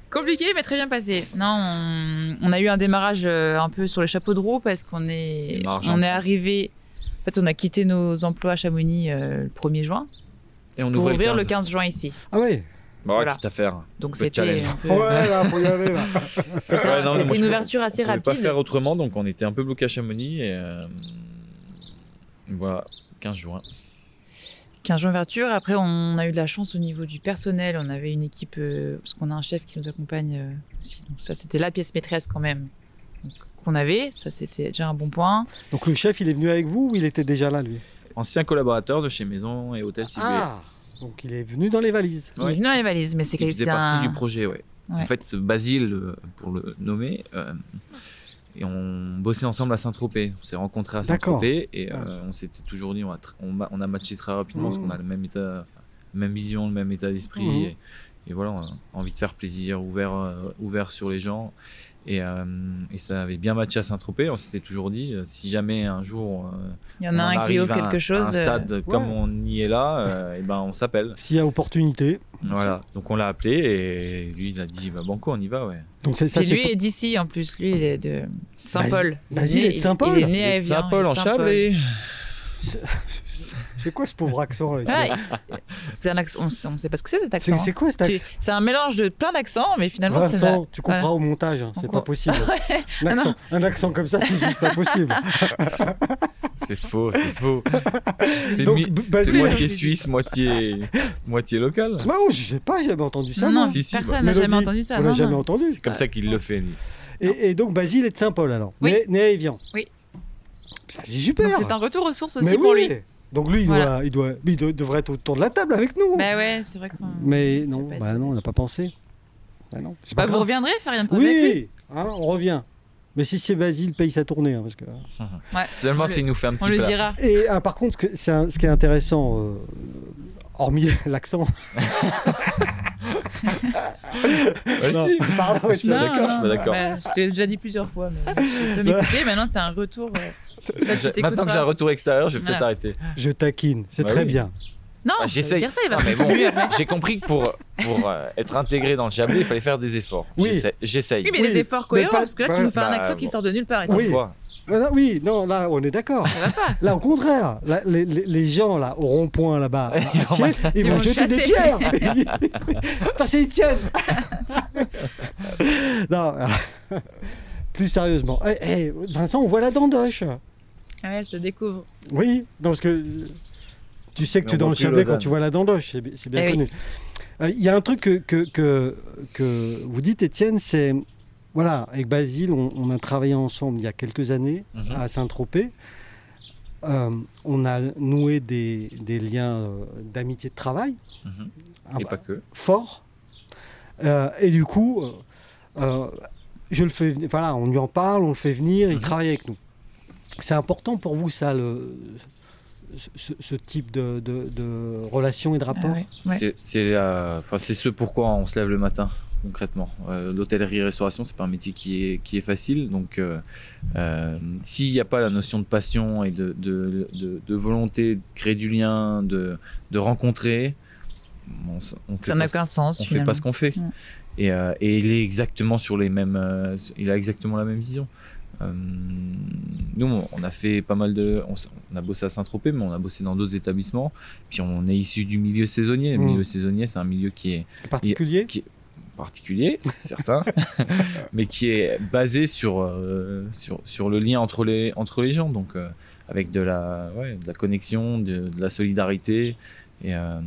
Compliqué, mais très bien passé. Non, on, on a eu un démarrage euh, un peu sur les chapeaux de roue parce qu'on est,
Démarrage en
on est
France.
arrivé. En fait, on a quitté nos emplois à Chamonix euh, le 1er juin
et on
pour
ouvrait
ouvrir le 15 juin ici.
Ah ouais.
Bah ouais,
Voilà.
quitte à faire.
Donc
Peu de
c'était
challenge.
un peu- euh,
là, faut y aller là.
c'était
Ouais, non, mais moi,
c'était
je
une
peux-
ouverture assez
On pouvait pas
rapide.
faire autrement, donc on était un peu bloqué à Chamonix. Et euh, voilà, 15 juin.
15 juin ouverture. Après, on a eu de la chance au niveau du personnel. On avait une équipe, euh, parce qu'on a un chef qui nous accompagne euh, aussi. Donc ça, c'était la pièce maîtresse quand même donc, qu'on avait. Ça, c'était déjà un bon point.
Donc le chef, il est venu avec vous ou il était déjà là lui Ah.
Ancien collaborateur de chez Maison et Hôtel Silvé.
Ah.
Donc il est venu dans les valises.
Il est venu dans les valises, mais c'est
qui faisait
c'est
partie
un-
du projet, ouais.
Ouais.
En fait, Basile, euh, pour le nommer, euh, et on bossait ensemble à Saint-Tropez. On s'est rencontrés à
D'accord. Ah.
Saint-Tropez et euh, on s'était toujours dit, on a, tr- on ma- on a matché très rapidement parce
Mm.
qu'on a le même état, enfin, la même vision, le même état d'esprit.
Mmh.
Mm.
Et, et voilà, on a envie de faire plaisir, ouvert, euh, ouvert sur les gens. Et, euh, et ça avait bien matché à Saint-Tropez. On s'était toujours dit, euh, si jamais un jour euh,
Il y en a
on
un qui
arrive
ouvre
à
quelque chose.
à un
euh,
stade
ouais.
comme on y est là, euh, et ben on s'appelle.
S'il y a opportunité.
Voilà, donc on l'a appelé et lui il a dit bah banco on y va ouais.
Donc c'est ça.
Puis
c'est
lui est d'ici en plus, lui il est de Saint-Paul.
Basi- Basile est de Saint-Paul.
Il est né à
Et de
Evian,
Saint-Paul
il est
en
de Saint-Paul.
Châble et
eh. C'est quoi ce pauvre accent là
Ouais, c'est un accent, on sait- on ne sait pas ce que c'est cet accent.
C'est c'est quoi cet
hein.
accent
Tu- C'est un mélange de plein d'accents, mais finalement c'est ça.
Vincent, tu comprends au montage, hein, c'est
On Ah
pas
com-
possible. un, accent, un accent comme ça, c'est juste pas possible.
c'est faux, c'est faux. C'est
Donc,
mi-
bah, B-
c'est
Basile.
moitié suisse, moitié moitié local.
Non, je sais pas, Bah, oh, j'ai jamais entendu ça.
Non,
moi.
non,
Si, bah. si,
personne n'a
Mélodie,
jamais entendu ça.
On
non,
l'a
non.
jamais entendu.
C'est comme ça qu'il le fait lui.
Et, et donc Basile est de Saint-Paul alors.
Oui.
Né, né à Évian.
Oui.
ça, c'est super.
Donc c'est un retour aux sources aussi
Mais
pour
oui.
lui.
Donc lui, il,
Voilà.
doit, il, doit, il doit- devrait être autour de la table avec nous.
Bah ouais, c'est vrai que.
Mais non,
pas
bah
essayé.
non, on n'a pas pensé. Bah non, c'est
Bah, vous
grave.
reviendrez faire rien de
Oui, hein, on revient. Mais si c'est Basile, paye sa tournée. hein, parce que...
Seulement
On
s'il nous fait un
On
petit
le
plat.
dira.
Et ah, par contre, ce, que- c'est un- ce qui est intéressant, euh, hormis l'accent.
Ouais,
Non,
Ah, si.
pardon,
Je suis pas d'accord,
tiens.
Non,
je suis
non,
pas d'accord.
bah, je t'ai déjà dit plusieurs fois. Mais... Tu peux
Bah.
m'écouter, maintenant t'as un retour. euh, là, tu
J'ai-
t'écouteras.
Maintenant que j'ai un retour extérieur, je vais peut-être
Voilà.
arrêter.
je taquine, c'est
Bah
très
oui.
bien.
Non,
Bah, j'essaye.
j'essaie. Dire ça, il va
Non, mais bon,
continuer.
j'ai compris que pour, pour euh, être intégré dans le Chablais, il fallait faire des efforts.
Oui.
J'essaie- J'essaye.
Oui, mais
Oui,
les efforts
mais
cohérents,
pas-
parce que là,
bah,
tu nous fais un
bah,
accent qui
bon.
sort de nulle part. et
On
tout.
Oui.
le voit.
Ah non, oui, non, là, on est d'accord. Là, au contraire, là, les, les- les gens là, au rond-point là-bas, à
Ils vont
Sierre, ils,
ils
vont
vont
jeter des
chasser.
pierres. Putain, c'est Étienne. non, alors, plus sérieusement, Eh, eh, Vincent, on voit la dandoche.
Ah ouais, elle se découvre.
Oui, non, parce que tu sais que
Mais
tu es
on
dans
voit
le
plus
Chablais
Lausanne.
quand tu vois la dandoche, c'est bi- c'est bien
Eh oui.
connu. Euh, Il y a un truc que, que, que, que vous dites, Étienne, c'est. Voilà, avec Basile, on, on a travaillé ensemble il y a quelques années
Mhm.
à Saint-Tropez. Euh, on a noué des, des liens euh, d'amitié de travail
Mhm.
Ah
Et
bah,
pas que.
forts. Euh, et du coup, euh, euh, je le fais, venir- voilà, on lui en parle, on le fait venir, il
Mhm.
travaille avec nous. C'est important pour vous, ça, le, ce, ce- ce type de, de- de relation et de
Ah
rapport
Ouais.
C'est- C'est euh, enfin, c'est ce pourquoi on se lève le matin, concrètement. Euh, L'hôtellerie-restauration, c'est pas un métier qui est, qui est facile. Donc, euh, euh, s'il n'y a pas la notion de passion et de, de- de- de volonté de créer du lien, de, de rencontrer, on, s- on fait
Ça
pas
n'a
ce-
qu'un sens.
on fait
finalement.
pas ce qu'on fait.
Ouais.
Et, euh, et il est exactement sur les mêmes. euh, il a exactement la même vision. Euh, nous, on- on a fait pas mal de. On, s- on a bossé à Saint-Tropez, mais on a bossé dans d'autres établissements. Puis on est issu du milieu saisonnier. Le
Mm.
milieu saisonnier, c'est un milieu qui est
particulier.
particulier, c'est certain, mais qui est basé sur, euh, sur, sur le lien entre les, entre les gens, donc euh, avec de la, ouais, de la connexion, de, de la solidarité. Et, euh,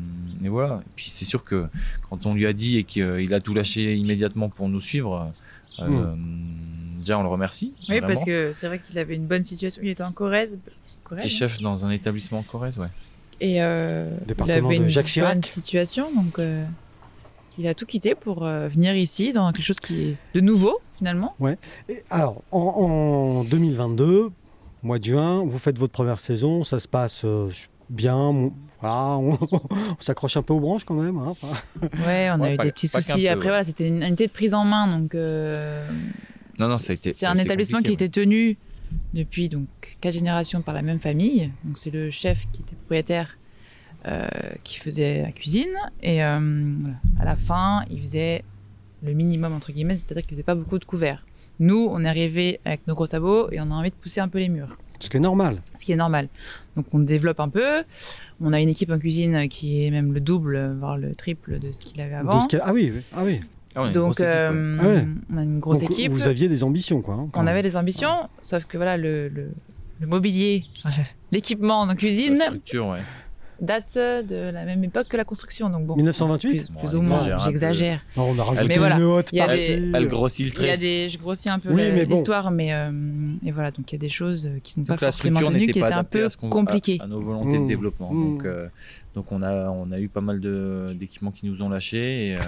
et voilà. Et puis c'est sûr que quand on lui a dit et qu'il a tout lâché immédiatement pour nous suivre, euh, déjà on le remercie.
Oui,
vraiment.
parce que c'est vrai qu'il avait une bonne situation. Il était en Corrèze. Corrèze,
Petit chef dans un établissement en Corrèze, ouais.
Et euh, il
Département
avait
de
une
Jacques Chirac.
bonne situation, donc euh, il a tout quitté pour euh, venir ici dans quelque chose qui est de nouveau finalement.
Et alors, en, en 2022, mois de juin, vous faites votre première saison, ça se passe euh, bien. on- voilà, on, on s'accroche un peu aux branches quand même. hein. Enfin,
Ouais, on
Ouais,
a eu
pas-
des petits
pas qu'un
soucis.
peu,
Après
ouais.
voilà, c'était une unité de prise en main, donc euh,
Non, non, Ah, ça a été.
c'est
ça a
un
été
établissement qui
compliqué,
était tenu depuis donc quatre générations par la même famille. Donc c'est le chef qui était propriétaire. euh, qui faisait la cuisine et euh, voilà. à la fin il faisait le minimum entre guillemets c'est-à-dire qu'il faisait pas beaucoup de couverts nous on est arrivés avec nos gros sabots et on a envie de pousser un peu les murs
ce qui est normal.
ce qui est normal. Donc on développe un peu. On a une équipe en cuisine qui est même le double, voire le triple de ce qu'il avait avant.
De ce qu'il y a- ah oui, oui, ah oui.
ouais. Ah, on a une
Donc
grosse équipe, ouais.
euh,
Ah ouais.
on a une grosse
Donc,
équipe.
Vous aviez des ambitions, quoi. hein, quand
On
même.
avait des ambitions, sauf que voilà le, le- le mobilier, enfin, le- l'équipement en
La
cuisine
structure, ouais.
date de la même époque que la construction. Donc bon,
1928
plus,
Bon,
plus
on
ou moins,
exagère un peu.
j'exagère.
Non, on a rajouté
voilà,
une haute
il y a
partie.
des-
Elle grossit le
Il y
trait.
a des, je grossis un peu
Oui,
la-
mais bon.
l'histoire, mais, euh, et voilà, donc il y a des choses qui ne sont
Donc
pas
la
forcément
structure
tenues,
n'était
qui
pas
étaient un
adaptée
peu
à ce qu'on- Ah,
compliquées.
à, à nos volontés
Mmh.
de développement.
Mmh.
Donc, euh, donc on a on a eu pas mal de d'équipements qui nous ont lâchés et, euh,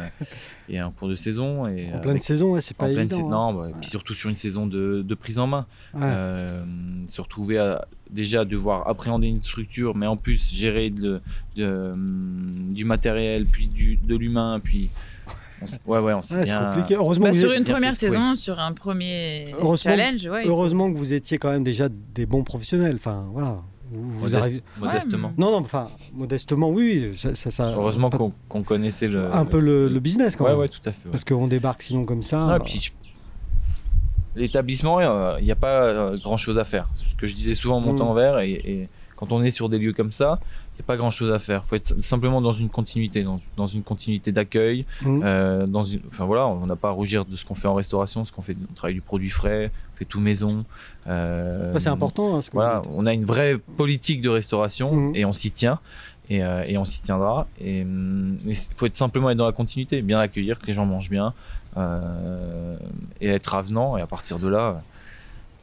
et en cours de saison et
En
euh,
pleine
avec-
saison, ouais, c'est
en
pas
pleine
évident.
saison.
hein.
Non, bah, puis surtout sur une saison de, de prise en main.
Ouais.
Euh, se retrouver à, déjà à devoir appréhender une structure, mais en plus gérer de, de, euh, du matériel, puis du, de l'humain, puis. on s- ouais, ouais, on s'est
Ouais, c'est
bien. euh,
compliqué. Heureusement,
Bah,
vous
sur
êtes-
une
bien
première
fait secouer.
saison, sur un premier
Heureusement-
challenge, ouais.
heureusement que vous étiez quand même déjà des bons professionnels. Enfin, voilà. Vous, vous
modeste-
arrivez-
modestement.
Ouais,
Non, non, enfin, modestement, oui. Ça, ça- ça-
Heureusement
pas-
qu'on qu'on connaissait le.
un peu le, le business quand
Ouais,
même.
ouais, tout à fait. ouais.
Parce qu'on débarque sinon comme ça.
Ah,
bah,
et puis, je- l'établissement, euh, il n'y a pas grand chose à faire. C'est Ce que je disais souvent en montant
Mm.
en verre, et, et quand on est sur des lieux comme ça, il n'y a pas grand chose à faire. Il faut être sim- simplement dans une continuité, dans, dans une continuité d'accueil.
Mm.
euh, dans une, enfin voilà, on n'a pas à rougir de ce qu'on fait en restauration, ce qu'on fait, on travaille du produit frais, on fait tout maison. euh,
ça, c'est important. hein, ce que vous
voilà,
dites.
on a une vraie politique de restauration
Mhm.
et on s'y tient et, euh, et on s'y tiendra. Et hum, il faut être simplement être dans la continuité, bien accueillir, que les gens mangent bien euh, et être avenant. Et à partir de là,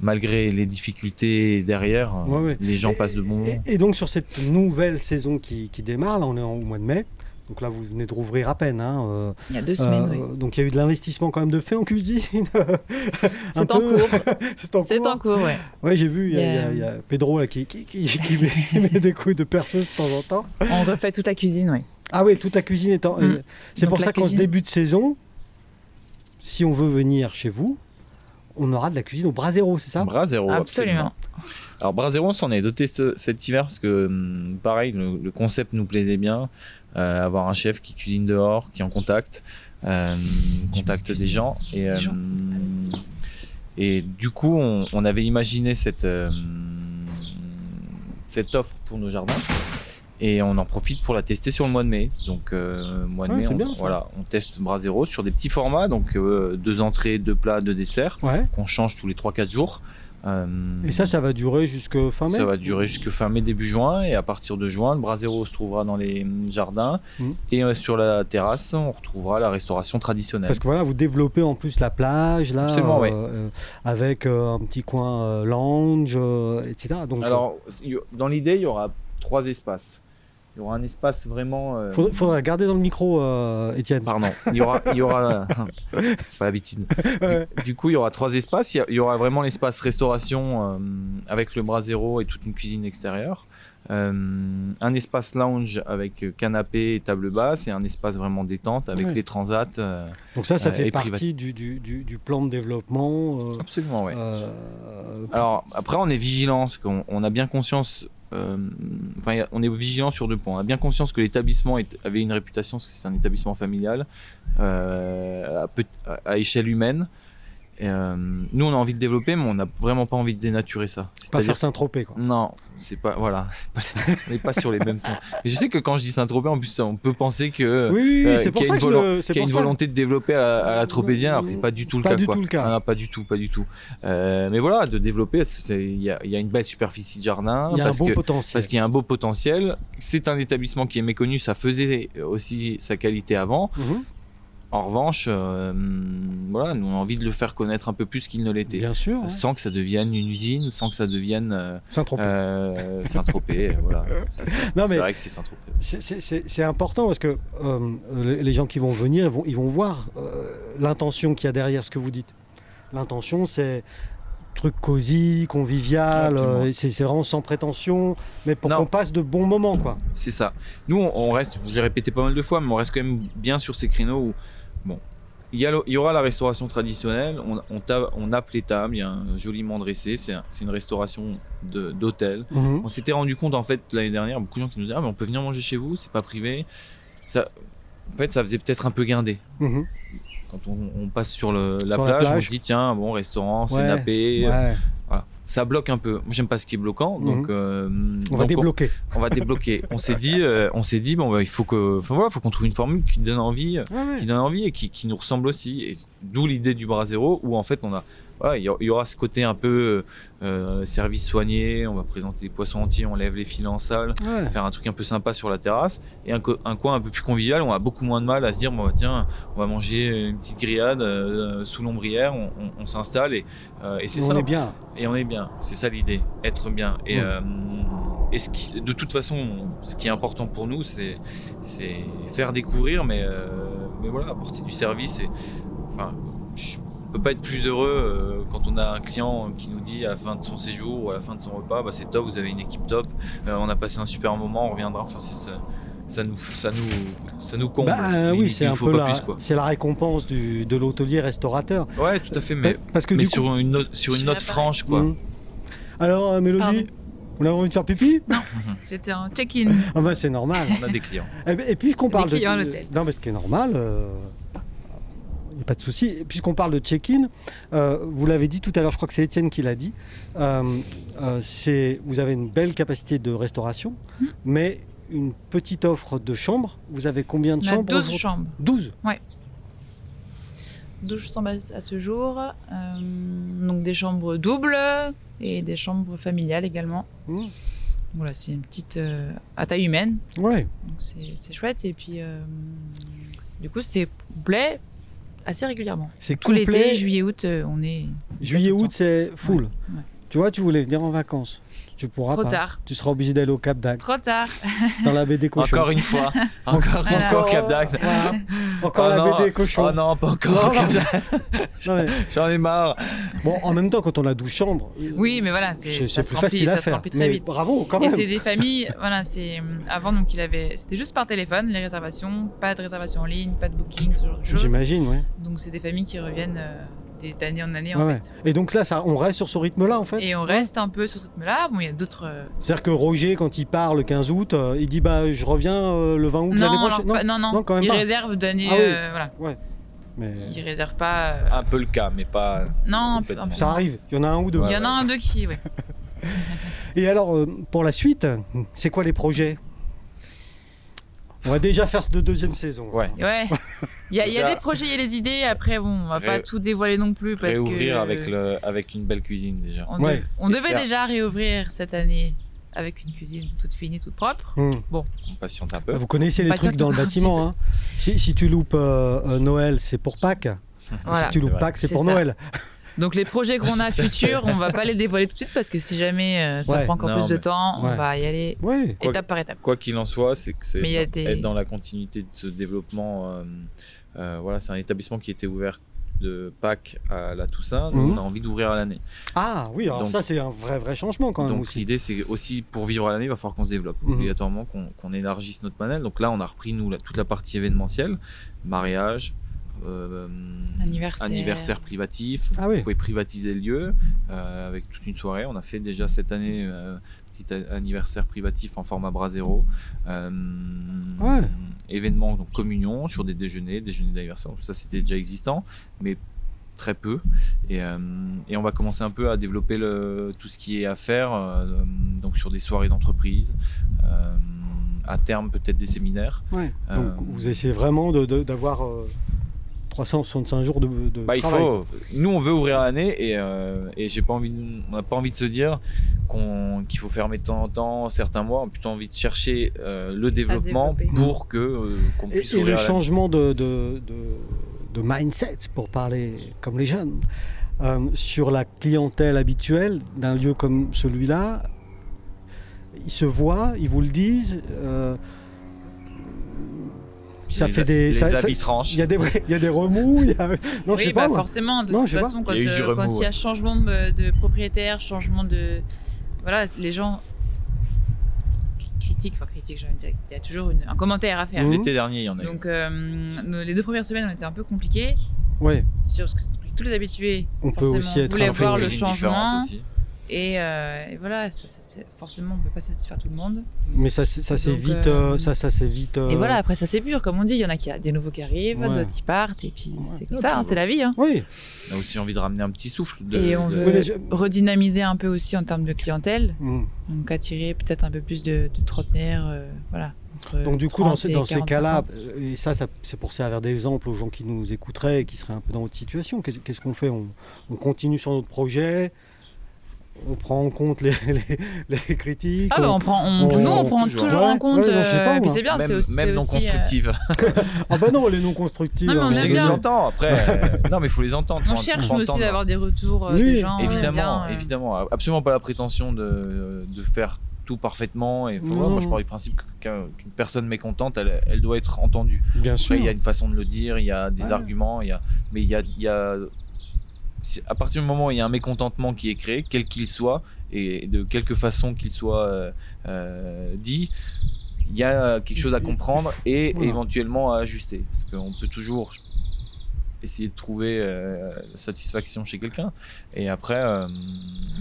malgré les difficultés derrière,
Ouais, ouais.
les gens
Et-
passent de bons moments.
Et, et donc sur cette nouvelle saison qui, qui démarre, là on est en- au mois de mai, donc là vous venez de rouvrir à peine. hein, euh,
Il y a deux semaines,
euh,
oui.
Donc il y a eu de l'investissement quand même de fait en cuisine. Un
C'est en
peu.
cours.
C'est en
C'est
cours.
en cours, ouais.
Ouais, j'ai vu, il y, a- il y a-
Euh.
il y a Pedro là, qui, qui, qui- qui met, qui met des coups de perceuse de temps en temps.
On refait toute la cuisine, oui.
Ah oui, toute la cuisine est en.
Mm.
euh, C'est
Donc
pour
la
ça qu'en ce
cuisine-
début de saison, si on veut venir chez vous, on aura de la cuisine au bras zéro, c'est ça
Bras zéro,
absolument.
Alors bras zéro, on s'en est doté ce- cet hiver parce que hum, pareil, le, le concept nous plaisait bien. Euh, avoir un chef qui cuisine dehors, qui est en contact, euh, contacte
m'excuse.
des gens. Et,
Des gens.
euh, et du coup, on, on avait imaginé cette, euh, cette offre pour nos jardins. Et on en profite pour la tester sur le mois de mai. Donc, euh, mois de
Ouais,
mai,
Ah, c'est
on,
bien, ça.
voilà, on teste bras zéro sur des petits formats, donc euh, deux entrées, deux plats, deux desserts,
Ouais.
qu'on change tous les 3-4 jours. Euh,
Et ça, ça va durer jusque fin mai
ça va durer jusque fin mai, début juin. Et à partir de juin, le bras zéro se trouvera dans les jardins.
Mhm.
Et euh, sur la terrasse, on retrouvera la restauration traditionnelle.
Parce que voilà, vous développez en plus la plage, là,
Absolument, oui.
euh, avec euh, un petit coin euh, lounge, euh, etc. Donc,
Alors, il y a- dans l'idée, il y aura trois espaces. Il y aura un espace vraiment. euh,
euh, faudra, faudra garder dans le micro, euh, Étienne.
Pardon, il y aura. Il y aura... pas l'habitude.
Ouais.
Du, du coup, il y aura trois espaces. Il y a- il y, aura vraiment l'espace restauration euh, avec le bras zéro et toute une cuisine extérieure. Euh, un espace lounge avec euh, canapé et table basse et un espace vraiment détente avec
Ouais.
les transats. euh,
Donc ça, ça
Euh,
fait
et privat-
partie du, du- du- du plan de développement. euh,
Absolument, ouais.
euh,
Alors après, on est vigilant, parce qu'on on a bien conscience. euh, enfin, y a- on est vigilant sur deux points. On a bien conscience que l'établissement est- avait une réputation, parce que c'est un établissement familial euh, à, peu- à- à échelle humaine. Et, euh, nous, on a envie de développer, mais on n'a vraiment pas envie de dénaturer ça.
pas
C'est-à-dire
faire Saint-Tropez, quoi.
non, c'est pas voilà, c'est pas- on n'est pas sur les mêmes points. Mais je sais que quand je dis Saint-Tropez, en plus, on peut penser que
Oui, oui, oui,
euh,
c'est pour
qu'il y a
ça
une
que je le- c'est
qu'il y a
pour
une
ça.
volonté de développer à, la- à la tropézienne, alors que c'est pas du tout le
Pas
cas.
du
quoi.
tout le cas.
Ah non, pas du tout, pas du tout. Euh, mais voilà, de développer, parce que c'est- il y a, il y a une belle superficie de jardin,
Il y a un
hein, parce
bon
que-
potentiel.
parce qu'il y a un beau potentiel. C'est un établissement qui est méconnu, ça faisait aussi sa qualité avant.
Mhm,
En revanche, euh, voilà, nous on a envie de le faire connaître un peu plus qu'il ne l'était.
Bien sûr. hein.
Euh,
ouais.
Sans que ça devienne une usine, sans que ça devienne euh,
Saint-Tropez.
euh, Saint-Tropez. euh, voilà, c'est ça.
non,
C'est
mais
vrai que c'est Saint-Tropez.
C'est- C'est c'est- c'est important parce que euh, les, les gens qui vont venir, ils vont, ils vont voir euh, l'intention qu'il y a derrière ce que vous dites. L'intention, c'est truc cosy, convivial,
Ouais, absolument.
euh, c'est c'est vraiment sans prétention, mais pour
Non.
qu'on passe de bons moments, quoi.
C'est ça. Nous, on on reste, j'ai répété pas mal de fois, mais on reste quand même bien sur ces créneaux où, bon, il y, a le- il y aura la restauration traditionnelle, on, on, ta- on nappe les tables, il y a un joliment dressé, c'est un- c'est une restauration de- d'hôtel.
Mhm.
On s'était rendu compte, en fait, l'année dernière, beaucoup de gens qui nous disaient, ah, mais on peut venir manger chez vous, c'est pas privé. Ça, en fait, ça faisait peut-être un peu guindé.
Mhm.
Quand on, on passe sur, le- la,
Sur la
plage, on
plage.
se dit, tiens, bon, restaurant, c'est
Ouais,
nappé.
Ouais. Mhm.
Voilà. Ça bloque un peu. Moi, J'aime pas ce qui est bloquant, donc. euh,
On va
donc,
débloquer.
on va débloquer. On s'est dit, euh, on s'est dit, bon, bah, il faut que, enfin, voilà, faut qu'on trouve une formule qui donne envie, euh,
Ouais, ouais.
qui donne envie et qui, qui nous ressemble aussi. Et d'où l'idée du bras zéro, où en fait, on a, voilà, il y aura- il y aura ce côté un peu euh, service soigné. On va présenter les poissons entiers, on lève les filets en salle,
Ouais.
faire un truc un peu sympa sur la terrasse et un, co- un coin un peu plus convivial. On a beaucoup moins de mal à se dire, bon, bah, tiens, on va manger une petite grillade euh, sous l'ombrière, on, on- on s'installe et, euh, et c'est
on
ça
est bien.
et on est bien. C'est ça l'idée, être bien. Et,
Ouais.
euh, et ce qui- de toute façon, on- ce qui est important pour nous, c'est c'est faire découvrir, mais, euh, mais voilà, apporter du service. Et, enfin, je peux pas être plus heureux euh, quand on a un client qui nous dit à la fin de son séjour ou à la fin de son repas, bah, c'est top, vous avez une équipe top, euh, on a passé un super moment, on reviendra. Enfin, c'est ça. Ça nous, ça nous, ça nous comble.
Bah, euh,
Il-
oui,
il
c'est
nous
un
faut
peu
pas
la,
plus, quoi.
c'est la récompense du, de l'hôtelier restaurateur.
Ouais, tout à fait, mais,
Parce que
mais
du
sur une note, sur une
Sur
note
l'appareil.
franche, quoi.
Mhm. Alors, euh, Mélodie, on a envie de faire pipi
J'étais en check-in.
Ah bah c'est normal.
On a des clients.
Eh ben, Et, puisqu'on parle
clients à
de...
l'hôtel.
Non, mais ce qui est normal, il n'y a pas de souci. Et Puisqu'on parle de check-in, euh, vous l'avez dit tout à l'heure, je crois que c'est Étienne qui l'a dit, euh, euh, c'est- vous avez une belle capacité de restauration,
Mm.
mais une petite offre de chambres. Vous avez combien de
On a
chambres
12
aujourd'hui
chambres.
12
12 chambres à à ce jour. euh, donc des chambres doubles et des chambres familiales également.
Mm.
Voilà, c'est une petite euh, à taille humaine.
Ouais.
Donc c'est c'est chouette. Et puis, euh, c'est- du coup, c'est complet assez régulièrement.
C'est
Tout l'été,
complet.
juillet, août, euh, on est
Juillet,
tout le
août,
temps.
c'est full.
ouais.
Tu vois, tu voulais venir en vacances. Tu pourras
trop
pas.
tard.
Tu seras obligé d'aller au Cap d'Agde,
Trop tard.
dans la baie des cochons.
Encore une fois. Encore une
Voilà.
fois au Cap d'Agde.
Voilà. Encore
Oh
la
non.
baie des cochons.
Oh non, pas encore au
Non, non.
Cap d'Agde.
Non, mais-
J'en ai marre.
Bon, en même temps, quand on a 12 chambres, euh,
Oui, mais voilà, c'est
c'est
ça
c'est
se
plus
remplit,
facile à
ça se
faire.
remplit très
Mais
vite.
bravo, quand
Et
même.
c'est des familles, voilà, c'est euh, avant donc il avait, c'était juste par téléphone les réservations, pas de réservation en ligne, pas de booking, ce genre de choses.
J'imagine, ouais.
Donc c'est des familles qui reviennent euh, des- d'année en année en
Ouais,
fait.
Et donc là, ça, on reste sur ce rythme-là, en fait.
Et on reste un peu sur ce rythme-là. Bon, il y a d'autres. euh,
C'est-à-dire que Roger, quand il part le 15 août, euh, il dit bah je reviens euh, le 20 août
Non,
l'année
alors,
prochaine.
pas- non, non,
non, quand même
Ils
pas.
réservent d'année.
Ah oui.
euh, voilà,
mais
ils réservent pas. euh,
Un peu le cas, mais pas.
non, un peu-
complètement.
un peu
ça
moins.
arrive. Il y en a un ou deux.
Ouais.
Il y en a un deux qui, ouais.
Et alors euh, pour la suite, c'est quoi les projets On va déjà faire de deuxième saison.
Ouais.
Ouais. Il y a, il y a
Déjà-
des projets, il y a des idées. Après, bon, on va pas
Ré-
tout dévoiler non plus parce
Réouvrir
que
avec, le, avec une belle cuisine déjà.
on,
Ouais.
dev- on
Et
devait
faire-
déjà réouvrir cette année avec une cuisine toute finie, toute propre.
Hum.
On patiente un peu.
Vous connaissez les
Bah,
trucs
toi,
dans le
toi,
bâtiment. Hein. Si, si tu loupes euh, euh, Noël, c'est pour Pâques.
Voilà.
Si tu
C'est
loupes
vrai.
Pâques, c'est
C'est
pour
ça.
Noël.
Donc les projets qu'on a futurs, on va pas les dévoiler tout de suite parce que si jamais euh, ça
Ouais.
prend encore
Non,
plus de
mais-
temps, on
Ouais.
va y aller
Oui.
Quoi
étape par étape.
Quoi qu'il en soit, c'est que c'est
Mais il y a
dans-
des-
être dans la continuité de ce développement. euh, euh, voilà, c'est un établissement qui était ouvert de Pâques à la Toussaint. donc
Mhm.
On a envie d'ouvrir à l'année.
Ah oui. Alors
Donc-
ça, c'est un vrai vrai changement quand même
Donc
aussi.
l'idée, c'est aussi pour vivre à l'année, il va falloir qu'on se développe
Mhm.
obligatoirement, qu'on qu'on élargisse notre panel. Donc là, on a repris nous la- toute la partie événementielle, mariage. euh,
Anniversaire.
anniversaire privatif,
Ah oui.
Vous pouvez privatiser le lieu euh, avec toute une soirée. On a fait déjà cette année euh, petit a- anniversaire privatif en format bras zéro. Euh,
Ouais.
Événement, donc communion sur des déjeuners, déjeuners d'anniversaire. Tout ça, c'était déjà existant, mais très peu. Et, euh, et on va commencer un peu à développer le, tout ce qui est à faire, euh, donc sur des soirées d'entreprise. euh, à terme, peut-être des séminaires.
Ouais.
Euh,
Donc vous essayez vraiment de- de- d'avoir euh, 365 jours de, de
Bah, il
travail.
faut. Nous, on veut ouvrir l'année et, euh, et j'ai pas envie. de- on n'a pas envie de se dire qu'on qu'il faut fermer de temps en temps certains mois. On a plutôt envie de chercher euh, le développement
développer.
pour que euh, qu'on
Et,
puisse
et
ouvrir.
le
l'année.
changement de, de, de- de mindset, pour parler comme les jeunes, euh, sur la clientèle habituelle d'un lieu comme celui-là, ils se voient, ils vous le disent. euh, ça
Les-
fait des.
les
ça- ça-
habits tranchent.
Il y, a des- il y a des remous. il y a- Non, je
oui,
sais
bah
pas. moi.
forcément. De
Non,
toute
je sais
façon, quand euh,
Il y a
quand
eu
il
du remous,
y a changement de, de propriétaire, changement de, voilà, les gens qui critiquent, enfin critiquent, j'ai envie de dire, il y a toujours une- un commentaire à faire.
Mhm.
L'été dernier, il y en a. eu.
Donc euh, nos- les deux premières semaines ont été un peu compliquées
Ouais,
sur ce que tous les habitués
on peut
Forcément,
aussi
on
être.
voulait
un
On fait
peu-
voir
une
le
cuisine différente
changement.
aussi.
et, euh, et voilà, ça- ça- ça- forcément on peut pas satisfaire tout le monde.
Mais ça, c'est- ça s'est
Donc,
vite.
euh,
euh, ça, ça s'est vite.
Et
euh,
voilà, après ça c'est pur, comme on dit, il y en a qui des nouveaux qui arrivent,
Ouais.
d'autres qui partent, et puis
Ouais.
c'est comme ça, hein, c'est la vie. hein.
Oui.
On a aussi envie de ramener un petit souffle. De,
et on
de-
veut
Oui, mais je-
redynamiser un peu aussi en termes de clientèle,
Mm.
donc attirer peut-être un peu plus de, de trentenaires, euh, voilà. entre
Donc du coup,
30
dans, ce-
et
dans ces
45
cas-là, euh,
ans.
et ça, ça- c'est pour servir d'exemple aux gens qui nous écouteraient et qui seraient un peu dans votre situation, qu'est-ce qu'est-ce qu'on fait on, on continue sur notre projet, on prend en compte les, les- les critiques.
Ah bah on prend, on-
on-
nous on prend
toujours.
toujours
Ouais,
en compte,
ouais, non, je sais pas,
euh, et puis
moi.
c'est bien, c'est
même,
aussi,
même non
aussi, euh,
constructive.
on- ah bah non, les non constructifs.
Non, mais on
Je
aime
les
bien.
entends après. euh, non, mais il faut les entendre.
on
faut en-
cherche
faut
nous aussi
entendre.
d'avoir des retours euh,
Oui,
des gens. on aime
Évidemment,
bien, euh,
évidemment. Absolument pas la prétention de, de faire tout parfaitement. Et faut-
Non.
moi, je pars du principe qu'un- qu'une personne mécontente, elle, elle doit être entendue.
Bien sûr.
Après, il y a une façon de le dire, il y a des
Ouais.
arguments, il y a, mais il y a, il y a- c'est- à partir du moment où il y a un mécontentement qui est créé, quel qu'il soit, et de quelque façon qu'il soit euh, euh, dit, il y a quelque chose à comprendre et
Voilà.
éventuellement à ajuster. Parce qu'on peut toujours essayer de trouver euh, satisfaction chez quelqu'un. Et après, euh,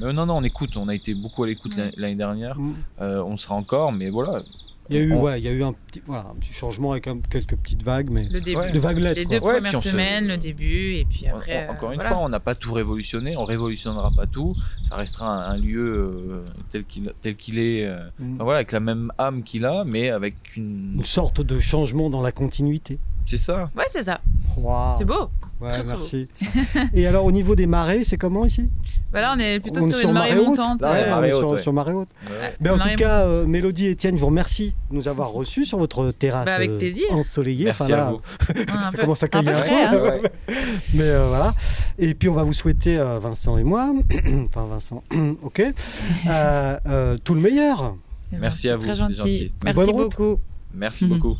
mais non, non, on écoute. On a été beaucoup à l'écoute
Ouais.
l'année dernière.
Mm.
Euh, on sera encore, mais voilà.
Il y a eu,
On-
ouais, il y a eu un, petit, voilà, un petit changement avec un- quelques petites vagues, mais
Le début.
Ouais.
de vaguelettes.
Les
quoi.
deux
Ouais,
premières
puis on se-
semaines, le début, et puis
On- on-
après. euh,
encore une
voilà.
fois, on n'a pas tout révolutionné, on révolutionnera pas tout. Ça restera un, un lieu euh, tel qu'il tel qu'il est, euh,
Mm.
enfin, voilà, avec la même âme qu'il a, mais avec une.
Une sorte de changement dans la continuité.
C'est ça.
Ouais, c'est ça.
Waouh.
C'est beau.
Ouais,
très, très
merci. Et alors, au niveau des marées, c'est comment ici
Bah là, on est plutôt
On est
sur, une marée,
haute.
montante. euh,
Là,
Ouais,
on est
marée
sur,
haute, ouais.
sur marée haute.
Ouais,
Ben, en
marée
tout cas,
montante.
euh, Mélodie, Étienne, je vous remercie de nous avoir reçus sur votre terrasse
Bah, avec
euh,
plaisir.
ensoleillée.
Merci
Enfin, là,
à vous.
Ouais, un peu-
commence à
un peu
cueillir.
frais, hein.
Ouais.
Mais euh, voilà. Et puis on va vous souhaiter, euh, Vincent et moi, enfin Vincent, ok, euh, euh, tout le meilleur.
Merci à vous,
Très
c'est
gentil.
gentil.
Merci
Bonne route.
beaucoup.
Merci
Mhm.
beaucoup.